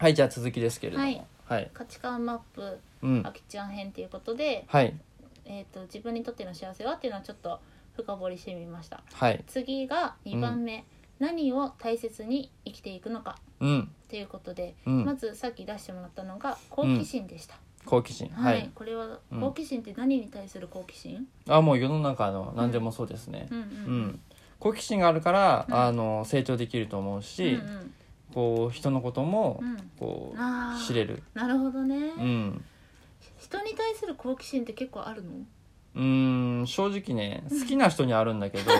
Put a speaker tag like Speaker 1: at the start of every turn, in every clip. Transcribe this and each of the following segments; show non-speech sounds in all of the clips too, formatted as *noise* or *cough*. Speaker 1: はいじゃあ続きですけれども
Speaker 2: はい
Speaker 1: はい、
Speaker 2: 価値観マップ
Speaker 1: うん
Speaker 2: あきちゃん編ということで、
Speaker 1: はい
Speaker 2: えー、と自分にとっての幸せはっていうのはちょっと深掘りしてみました
Speaker 1: はい
Speaker 2: 次が2番目、何を大切に生きていくのか
Speaker 1: うん
Speaker 2: ということで、
Speaker 1: うん、
Speaker 2: まずさっき出してもらったのが好奇心でした、
Speaker 1: 好奇心は、
Speaker 2: はいい、これは
Speaker 1: うん
Speaker 2: 好奇心って何に対する好奇心、
Speaker 1: あもう世の中の何でもそうですね
Speaker 2: うん、うん
Speaker 1: うん好奇心があるから、
Speaker 2: うん
Speaker 1: あの成長できると思う
Speaker 2: うん
Speaker 1: し、こう人のことも
Speaker 2: うんうん
Speaker 1: こう、
Speaker 2: あー
Speaker 1: 知れる
Speaker 2: なるほどね、
Speaker 1: うん
Speaker 2: 人に対する好奇心って結構あるの
Speaker 1: うーん正直ね好きな人にはあるんだけ
Speaker 2: *laughs*
Speaker 1: ど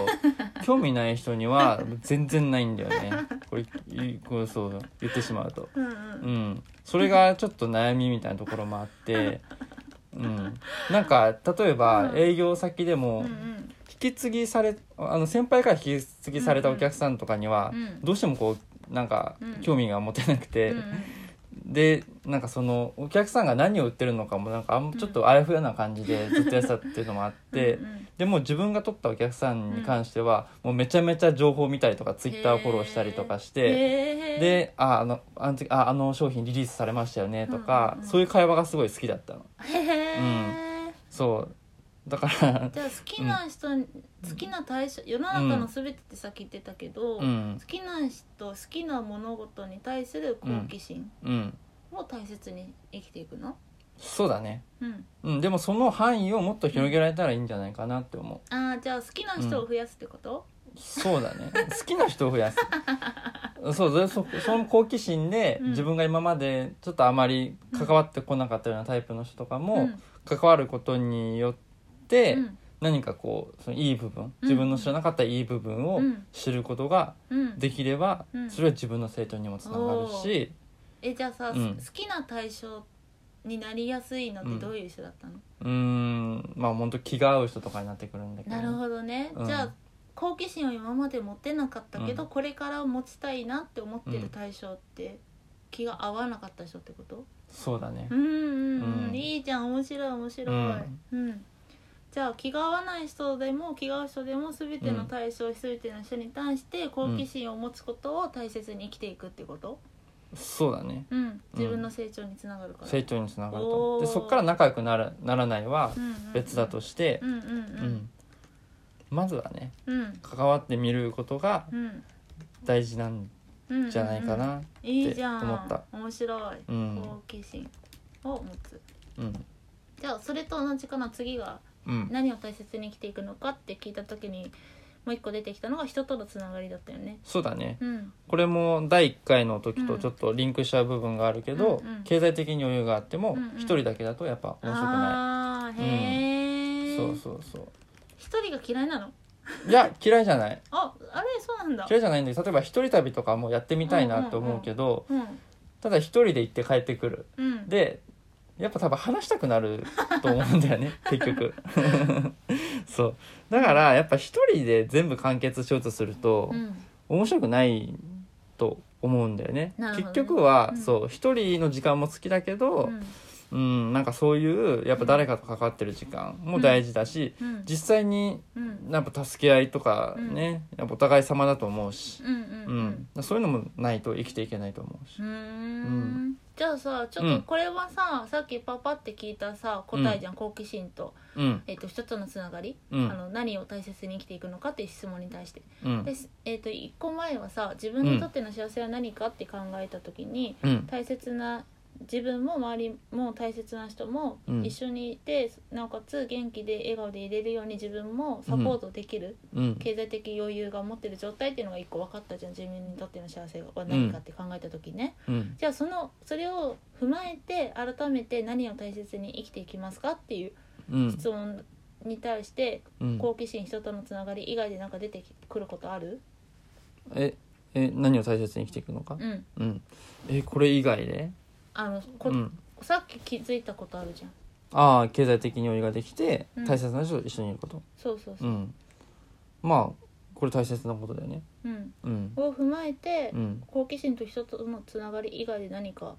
Speaker 1: 興味ない人には全然ないんだよねこれいこうそう言ってしまうと
Speaker 2: うんう
Speaker 1: うんんそれがちょっと悩みみたいなところもあ
Speaker 2: *laughs*
Speaker 1: ってうんなんか例えば
Speaker 2: うん
Speaker 1: 営業先で
Speaker 2: うんう
Speaker 1: も
Speaker 2: ん
Speaker 1: 引き継ぎされあの先輩から引き継ぎされたお客さんとかには
Speaker 2: うん
Speaker 1: どうしてもこうなんか
Speaker 2: うん
Speaker 1: 興味が持てなくて、でなんかそのお客さんが何を売ってるのかもなんかあんちょっとあやふやな感じでずっとやってたっていうのもあって、
Speaker 2: うんうん
Speaker 1: でもう自分が取ったお客さんに関しては、もうめちゃめちゃ情報見たりとかツイッターフォローしたりとかして。
Speaker 2: へー
Speaker 1: で、あ、あの、あの時ああの商品リリースされましたよねとか、
Speaker 2: うんうんうん
Speaker 1: そういう会話がすごい好きだったの。
Speaker 2: へー
Speaker 1: そう。だから、
Speaker 2: じゃあ好きな人、好きな対象世の中の全てってさっき言ってたけど、
Speaker 1: うん
Speaker 2: 好、きな人好きな物事に対する好奇心
Speaker 1: うん。
Speaker 2: を大切に生きていくの、
Speaker 1: そうだね。
Speaker 2: うん、
Speaker 1: うん、でもその範囲をもっと広げられたらいいんじゃないかなって思
Speaker 2: ああじゃあ好きな人を増やすってこと、
Speaker 1: うそうだ
Speaker 2: *laughs*
Speaker 1: ね好きな人を増やすそうでそその好奇心で
Speaker 2: うん
Speaker 1: 自分が今までちょっとあまり関わってこなかったようなタイプの人とか
Speaker 2: う
Speaker 1: も
Speaker 2: ん
Speaker 1: 関わることによって
Speaker 2: うん
Speaker 1: 何かこうそのいい部分自分の知らなかったいい部分を
Speaker 2: うん
Speaker 1: 知ることが
Speaker 2: うん、
Speaker 1: できれば
Speaker 2: うん
Speaker 1: それは自分の成長にもつながるし
Speaker 2: えじゃあさ、
Speaker 1: うん
Speaker 2: 好きな対象になりやすいのってどういう人だったの、
Speaker 1: うーんまあ本当気が合う人とかになってくるんだけど
Speaker 2: なるほどね、
Speaker 1: うん
Speaker 2: じゃあ好奇心を今まで持ってなかったけど、
Speaker 1: う
Speaker 2: これから持ちたいなって思ってる対象って気が合わなかった人ってこと
Speaker 1: そうだね
Speaker 2: うんうんうん、
Speaker 1: うん
Speaker 2: いいじゃん面白い面白い、うんじゃあ気が合わない人でも気が合う人でも全ての対象、全ての人に対して好奇心を持つことを大切に生きていくってこと、
Speaker 1: そうだね
Speaker 2: うん、自分の成長につながるから、
Speaker 1: 成長につながると思うで
Speaker 2: おー
Speaker 1: そこから仲良くならならないは
Speaker 2: うんうんうん
Speaker 1: 別だとして
Speaker 2: う、んうん
Speaker 1: うんまずはね
Speaker 2: うんうん
Speaker 1: 関わってみることが
Speaker 2: うん
Speaker 1: 大事なん
Speaker 2: うん
Speaker 1: じゃないか
Speaker 2: うんうん
Speaker 1: な、
Speaker 2: うんいいじゃん
Speaker 1: 思った
Speaker 2: 面白い、
Speaker 1: うん
Speaker 2: 好奇心を持つ
Speaker 1: うん
Speaker 2: じゃあそれと同じかな次が
Speaker 1: うん
Speaker 2: 何を大切に生きていくのかって聞いた時にもう一個出てきたのが人とのつながりだったよね
Speaker 1: そうだね
Speaker 2: うん
Speaker 1: これも第1回の時と
Speaker 2: うん
Speaker 1: ちょっとリンクしちゃう部分があるけど、
Speaker 2: うんうん
Speaker 1: 経済的に余裕があっても
Speaker 2: うんうん
Speaker 1: 一人だけだとやっぱ面白くな
Speaker 2: あーへ
Speaker 1: い、
Speaker 2: え、
Speaker 1: そうそうそう
Speaker 2: 一人が嫌いなの
Speaker 1: いや嫌いじゃない
Speaker 2: ああれそうなんだ
Speaker 1: 嫌いじゃないんで例えば一人旅とかもやってみたいなと思うけど、
Speaker 2: うん
Speaker 1: ただ一人で行って帰ってくる
Speaker 2: うん
Speaker 1: でやっぱ多分話したくなると思うんだよ
Speaker 2: *laughs*
Speaker 1: ね結局 *laughs* そうだからやっぱ一人で全部完結しようとすると、
Speaker 2: うん
Speaker 1: 面白くないと思うんだよね
Speaker 2: なるほど
Speaker 1: 結
Speaker 2: ね
Speaker 1: 局は、
Speaker 2: うん
Speaker 1: そう一人の時間も好きだけど
Speaker 2: う、ん
Speaker 1: うんなんかそういうやっぱ誰かと関わってる時間も大事だし、
Speaker 2: うん
Speaker 1: 実際に
Speaker 2: うん
Speaker 1: やっぱ助け合いとかね、やっぱお互い様だと思うし、
Speaker 2: うん
Speaker 1: う
Speaker 2: うんん
Speaker 1: そういうのもないと生きていけないと思うし
Speaker 2: うー。ん
Speaker 1: うん
Speaker 2: じゃあさちょっとこれはさ、さっきパパって聞いたさ答えじゃん、好奇心と,、
Speaker 1: うん
Speaker 2: えっと人とのつながり、
Speaker 1: うん
Speaker 2: あの何を大切に生きていくのかっていう質問に対して、
Speaker 1: うん
Speaker 2: で、えっと1個前はさ自分にとっての幸せは何かって考えた時に、
Speaker 1: うん
Speaker 2: 大切な自分も周りも大切な人も
Speaker 1: うん
Speaker 2: 一緒にいて、なおかつ元気で笑顔でいれるように自分もサポートできる、
Speaker 1: うん
Speaker 2: 経済的余裕が持ってる状態っていうのが一個分かったじゃん自分にとっての幸せは何かって考えた時ね、
Speaker 1: うん
Speaker 2: じゃあそのそれを踏まえて改めて何を大切に生きていきますかっていう
Speaker 1: うん
Speaker 2: 質問に対して、
Speaker 1: うん
Speaker 2: 好奇心人とのつながり以外でなんか出てくることある
Speaker 1: ええ何を大切に生きていくのか
Speaker 2: うん
Speaker 1: うんえこれ以外で
Speaker 2: あのこ、
Speaker 1: うん
Speaker 2: さっき気づいたことあるじゃん
Speaker 1: ああ経済的に余裕ができて
Speaker 2: うん
Speaker 1: 大切な人と一緒にいること
Speaker 2: そうそうそうう、
Speaker 1: んまあこれ大切なことだよね
Speaker 2: うん
Speaker 1: うん
Speaker 2: を踏まえて、
Speaker 1: うん
Speaker 2: 好奇心と人とのつながり以外で何か、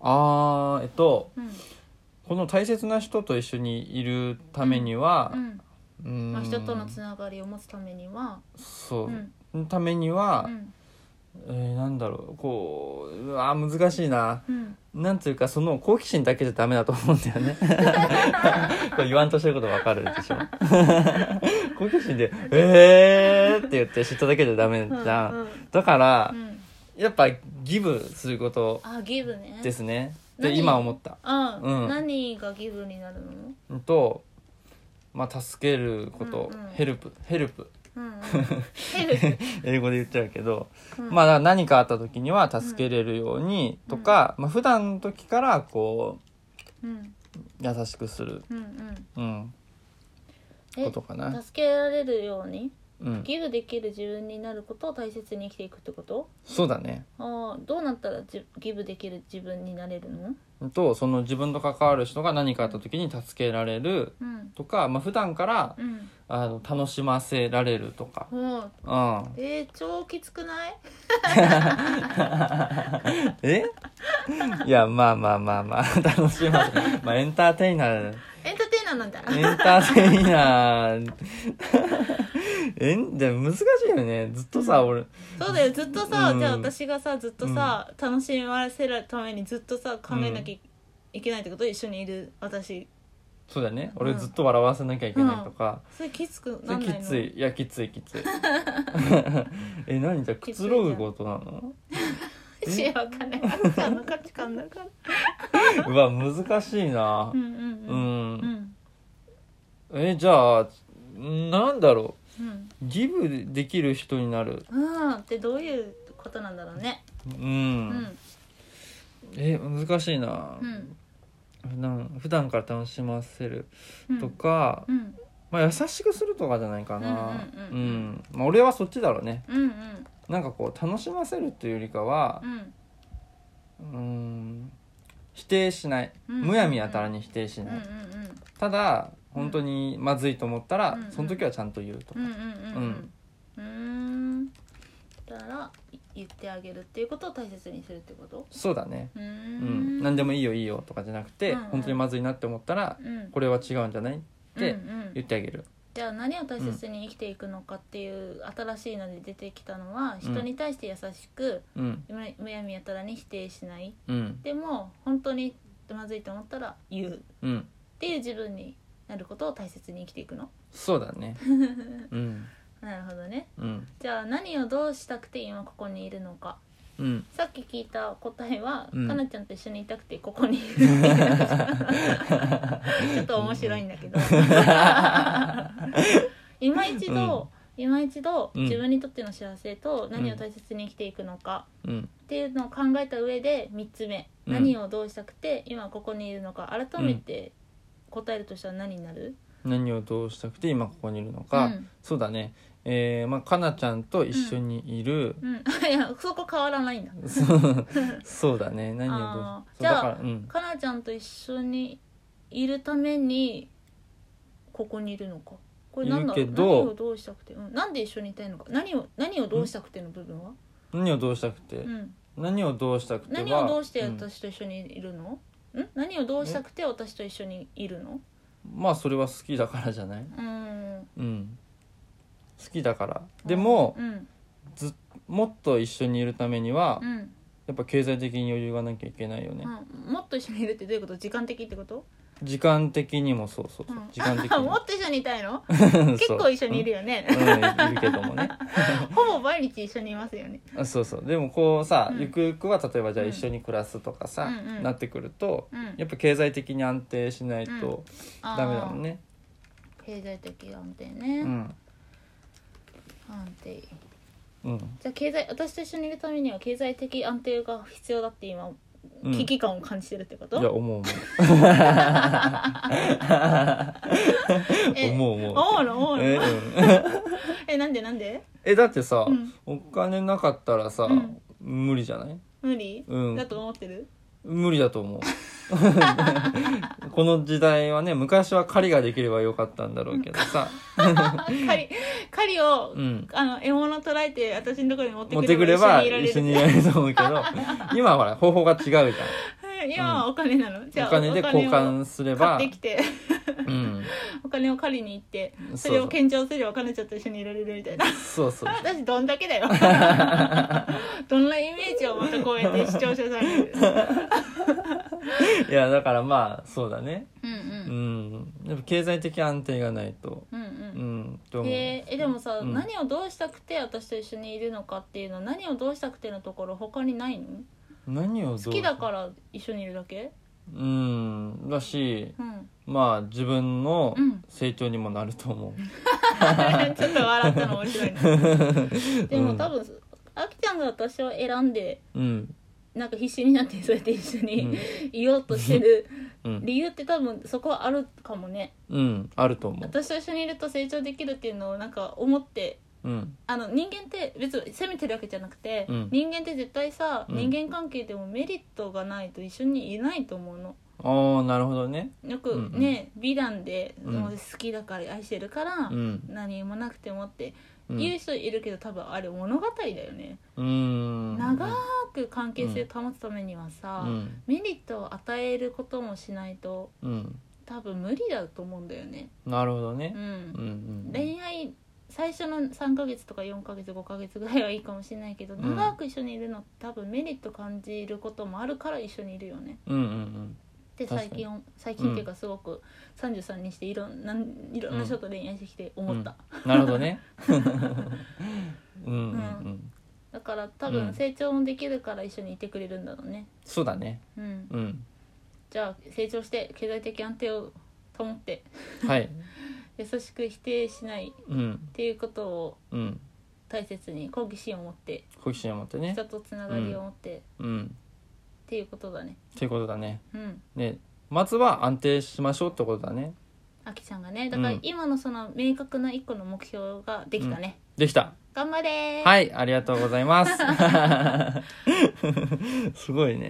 Speaker 1: ああえっと
Speaker 2: うん
Speaker 1: この大切な人と一緒にいるためには
Speaker 2: うん
Speaker 1: うん
Speaker 2: まあ、人とのつながりを持つためには、
Speaker 1: そううんのために
Speaker 2: う
Speaker 1: は
Speaker 2: ん
Speaker 1: えー、なんだろうこううわー難しいな
Speaker 2: うん
Speaker 1: なんていうかその好奇心だけじゃダメだと思うんだよ
Speaker 2: *laughs*
Speaker 1: ねこれ言わんとしてることわかるでしょ好奇心で「えー!」って言って知っただけじゃダメじ
Speaker 2: うん
Speaker 1: ゃん、
Speaker 2: うん
Speaker 1: だから
Speaker 2: う、ん
Speaker 1: やっぱギブすること
Speaker 2: あギブね
Speaker 1: ですねで
Speaker 2: 何
Speaker 1: 今思った
Speaker 2: あ、
Speaker 1: うん
Speaker 2: 何がギブになるの
Speaker 1: うんとまあ助けること、
Speaker 2: うんうん
Speaker 1: ヘルプヘルプ
Speaker 2: う
Speaker 1: *laughs*
Speaker 2: んうん、ヘルプ
Speaker 1: 英語で言っちゃうけど、
Speaker 2: うん
Speaker 1: まあ何かあった時には助けれるようにとか、まあ普段の時からこ
Speaker 2: うん
Speaker 1: う優しくする、
Speaker 2: うんうん
Speaker 1: うん、
Speaker 2: え
Speaker 1: ことかな、
Speaker 2: 助けられるように
Speaker 1: うん、
Speaker 2: ギブできる自分になることを大切に生きていくってこと
Speaker 1: そうだね
Speaker 2: あーどうなったらじギブできる自分になれるの
Speaker 1: うんとその自分と関わる人が何かあった時に助けられる
Speaker 2: うん
Speaker 1: とか、まあ普段から
Speaker 2: うん
Speaker 1: あの楽しませられるとか、
Speaker 2: もう
Speaker 1: うん、
Speaker 2: えー、超きつくない *laughs*
Speaker 1: えいやまあまあまあまあ *laughs* 楽しませまあエンターテイナー
Speaker 2: エンターテイナーなんだ
Speaker 1: エンターテイナー *laughs* えんでも難しいよねずっとさ俺
Speaker 2: そうだよずっとさ、
Speaker 1: うん
Speaker 2: じゃあ私がさずっとさ、楽しませるためにずっとさ考えなきゃいけないってこと、一緒にいる私
Speaker 1: そうだね俺ずっと笑わせなきゃいけないとか、
Speaker 2: それきつく
Speaker 1: そ
Speaker 2: な
Speaker 1: れ
Speaker 2: んな
Speaker 1: き
Speaker 2: いの
Speaker 1: ついいやきついき
Speaker 2: *laughs*
Speaker 1: ついえ何じゃあくつろぐことなの
Speaker 2: しわかんないあっちゃんの価値観だから
Speaker 1: うわ難しいな
Speaker 2: うんうん
Speaker 1: う
Speaker 2: うん
Speaker 1: ん、
Speaker 2: うん
Speaker 1: えじゃあなんだろ
Speaker 2: うん
Speaker 1: うギブできる人になる
Speaker 2: うんってどういうことなんだろうね
Speaker 1: うん、
Speaker 2: うん
Speaker 1: え難しいな、
Speaker 2: うん
Speaker 1: 普段普段から楽しませる
Speaker 2: うん
Speaker 1: とか、
Speaker 2: うん
Speaker 1: まあ、優しくするとかじゃないかな
Speaker 2: うんうんうんうん
Speaker 1: んまあ、俺はそっちだろうね
Speaker 2: うんうん
Speaker 1: なんかこう楽しませるっていうよりかは
Speaker 2: う
Speaker 1: う
Speaker 2: ん
Speaker 1: ーん否定しない
Speaker 2: うん
Speaker 1: むやみやたらに否定し
Speaker 2: うん
Speaker 1: ない、
Speaker 2: うん
Speaker 1: ただ本当にまずいと思ったら、
Speaker 2: うん
Speaker 1: その時はちゃんと言うと
Speaker 2: うんうんうんうんうんうーんだから言ってあげるっていうことを大切にするってこと
Speaker 1: そうだね
Speaker 2: うー
Speaker 1: うん、
Speaker 2: ん
Speaker 1: 何でもいいよいいよとかじゃなくて、
Speaker 2: うんうん
Speaker 1: 本当にまずいなって思ったら
Speaker 2: うん
Speaker 1: これは違うんじゃないって
Speaker 2: うんうん
Speaker 1: 言ってあげる
Speaker 2: じゃあ何を大切に生きていくのかっていう新しいので出てきたのは
Speaker 1: うん
Speaker 2: 人に対して優しく
Speaker 1: うん
Speaker 2: むむやみやたらに否定しない
Speaker 1: うん
Speaker 2: でも本当にまずいと思ったら言うっ
Speaker 1: うん
Speaker 2: ていう自分になることを大切に生きていくの
Speaker 1: そうだ
Speaker 2: *laughs*
Speaker 1: ねうん
Speaker 2: なるほどね
Speaker 1: うん
Speaker 2: じゃあ何をどうしたくて今ここにいるのか
Speaker 1: うん
Speaker 2: さっき聞いた答えは、
Speaker 1: うん
Speaker 2: かなちゃんと一緒にいたくてこ
Speaker 1: *laughs*
Speaker 2: こにいるちょっと面白いんだけど今一度、今一度
Speaker 1: うん
Speaker 2: 自分にとっての幸せと何を大切に生きていくのか
Speaker 1: うん
Speaker 2: っていうのを考えた上で3つ目、
Speaker 1: うん
Speaker 2: 何をどうしたくて今ここにいるのか改めて答えるとしたら何になる、
Speaker 1: 何をどうしたくて今ここにいるのか、
Speaker 2: うん
Speaker 1: そうだねえーまあかなちゃんと一緒にいる、
Speaker 2: うん、 *laughs* いやそこ変わらないんだ
Speaker 1: そう *laughs* そうだね何をどう
Speaker 2: あー
Speaker 1: そう
Speaker 2: じゃ
Speaker 1: だ
Speaker 2: あ
Speaker 1: からうん
Speaker 2: かなちゃんと一緒にいるためにここにいるのかこれ何だろ
Speaker 1: いうるけ
Speaker 2: 何
Speaker 1: ど
Speaker 2: をどうしたくて、うん、なんで一緒にいたいのか何を何をどうしたくての部分は、
Speaker 1: 何をどうしたくて、
Speaker 2: うん、
Speaker 1: 何をどうしたくては
Speaker 2: 何をどうして
Speaker 1: ん
Speaker 2: 私と一緒にいるの、ん、何をどうしたくて私と一緒にいるの
Speaker 1: まあそれは好きだからじゃない
Speaker 2: うん
Speaker 1: うん好きだからでも
Speaker 2: うん
Speaker 1: もっと一緒にいるためには
Speaker 2: うん
Speaker 1: やっぱ経済的に余裕がなきゃいけないよね
Speaker 2: うんもっと一緒にいるってどういうこと時間的ってこと、
Speaker 1: 時間的にもそうそう
Speaker 2: う、
Speaker 1: そうん時間的
Speaker 2: *laughs* あ
Speaker 1: に
Speaker 2: も
Speaker 1: も
Speaker 2: っと一緒にいた
Speaker 1: *laughs*
Speaker 2: いの
Speaker 1: 結
Speaker 2: 結構一緒に
Speaker 1: *laughs*
Speaker 2: いるよね
Speaker 1: うん、いるけどもね
Speaker 2: *laughs* ほぼ毎日一緒にいますよね
Speaker 1: あそうそうでもこうさ、
Speaker 2: うん
Speaker 1: ゆくゆくは例えばじゃあ
Speaker 2: うん
Speaker 1: 一緒に暮らすとかさ、
Speaker 2: うんうん
Speaker 1: なってくると
Speaker 2: うん
Speaker 1: やっぱ経済的に安定しないと
Speaker 2: あー
Speaker 1: ダメだもんね、
Speaker 2: 経済的安定ね、
Speaker 1: うん
Speaker 2: 安定
Speaker 1: うん
Speaker 2: じゃあ経済私と一緒にいるためには経済的安定が必要だって今、
Speaker 1: うん
Speaker 2: 危機感を感じてるってこ
Speaker 1: い
Speaker 2: と
Speaker 1: や思う思う
Speaker 2: え
Speaker 1: 思う思う
Speaker 2: 思うの思うの
Speaker 1: え
Speaker 2: え
Speaker 1: うん
Speaker 2: なんでなんで
Speaker 1: えだってさ、
Speaker 2: うん
Speaker 1: お金なかったらさ、
Speaker 2: うん
Speaker 1: 無理じゃない
Speaker 2: 無理、
Speaker 1: うん
Speaker 2: だと思ってる
Speaker 1: 無理だと思
Speaker 2: *laughs*
Speaker 1: う *laughs* この時代はね昔は狩りができればよかったんだろうけど
Speaker 2: *laughs*
Speaker 1: さ、
Speaker 2: 狩り狩りを、
Speaker 1: うん、
Speaker 2: あの獲物捉えて私のところに持
Speaker 1: 持っ
Speaker 2: ってて
Speaker 1: く
Speaker 2: く
Speaker 1: れ
Speaker 2: れ
Speaker 1: ば
Speaker 2: ば一緒にいられる
Speaker 1: 一緒にやれると思うけ
Speaker 2: *laughs*
Speaker 1: ど今はほら方法が違うじゃん
Speaker 2: え今はお金なの、じゃあ
Speaker 1: お金で交換すれ
Speaker 2: 買
Speaker 1: ば
Speaker 2: ってきて
Speaker 1: うん、
Speaker 2: お金を借りに行って
Speaker 1: そう
Speaker 2: それを献上すればかなちゃんと一緒にいられるみたいな
Speaker 1: そうそう
Speaker 2: 私どんだけ
Speaker 1: *laughs*
Speaker 2: だよどんなイメージをまた超えて視聴者
Speaker 1: *laughs*
Speaker 2: さんに
Speaker 1: いやだからまあそうだね
Speaker 2: うんう
Speaker 1: うんんやっぱ経済的安定がないと
Speaker 2: うんう
Speaker 1: うんんと思う、
Speaker 2: ええでもさ、
Speaker 1: うん
Speaker 2: 何をどうしたくて私と一緒にいるのかっていうのは何をどうしたくてのところ他にないの
Speaker 1: 何をどう
Speaker 2: 好きだから一緒にいるだけ
Speaker 1: うんだし
Speaker 2: うん
Speaker 1: まあ自分の *laughs*
Speaker 2: うん *laughs*
Speaker 1: 成長にもなると思う、
Speaker 2: ちょっと笑ったの面白いな
Speaker 1: *laughs*
Speaker 2: でも多分あきちゃんが私を選んで
Speaker 1: うん
Speaker 2: なんか必死になってそうやって一緒
Speaker 1: うん
Speaker 2: にいようとしてる
Speaker 1: うん、
Speaker 2: 理由って多分そこはあるかもね
Speaker 1: うん、あると思う
Speaker 2: 私と一緒にいると成長できるっていうのをなんか思って
Speaker 1: うん
Speaker 2: あの人間って別に責めてるわけじゃなくて、
Speaker 1: うん
Speaker 2: 人間って絶対さ、
Speaker 1: うん
Speaker 2: 人間関係でもメリットがないと一緒にいないと思うの
Speaker 1: ああなるほどね
Speaker 2: よ
Speaker 1: うん
Speaker 2: く
Speaker 1: うん
Speaker 2: ね、美談で、
Speaker 1: うん
Speaker 2: もう好きだから愛してるから、
Speaker 1: うん
Speaker 2: 何もなくてもって
Speaker 1: うん
Speaker 2: 言う人いるけど、多分あれ物語だよね、
Speaker 1: うん
Speaker 2: 長く関係性を保つためにはさ、
Speaker 1: うん
Speaker 2: メリットを与えることもしないと
Speaker 1: うん
Speaker 2: 多分無理だと思うんだよね、
Speaker 1: なるほど
Speaker 2: う
Speaker 1: ね
Speaker 2: ん
Speaker 1: うんうん
Speaker 2: 恋愛最初の3ヶ月とか4ヶ月5ヶ月ぐらいはいいかもしれないけど
Speaker 1: うん
Speaker 2: 長く一緒にいるのって多分メリット感じることもあるから一緒にいるよね
Speaker 1: うんうん
Speaker 2: って
Speaker 1: 確か
Speaker 2: 最
Speaker 1: に
Speaker 2: 近お最近っていうかすごく33にしていろんないろんな人と恋愛してきて思った、
Speaker 1: うんなるほど *laughs* ねうんうんうん
Speaker 2: だから多
Speaker 1: うん
Speaker 2: 分成長もできるから一緒にいてくれるんだろうね
Speaker 1: そうだね
Speaker 2: うん
Speaker 1: うん
Speaker 2: じゃあ成長して経済的安定を保って
Speaker 1: はい
Speaker 2: 優しく否定しないっ
Speaker 1: うん
Speaker 2: ていうことを
Speaker 1: うん
Speaker 2: 大切に好奇心を持って
Speaker 1: 好奇心を持ってね
Speaker 2: 人とつながりを持って、っ
Speaker 1: うん
Speaker 2: ていうことだね
Speaker 1: っていうことだね
Speaker 2: うん
Speaker 1: ねまずは安定しましょうってことだね
Speaker 2: あきちゃんがねだから
Speaker 1: うん
Speaker 2: 今のその明確な一個の目標ができたね、
Speaker 1: できた
Speaker 2: 頑張れ
Speaker 1: *laughs*
Speaker 2: ー
Speaker 1: はいありがとうございますすごいね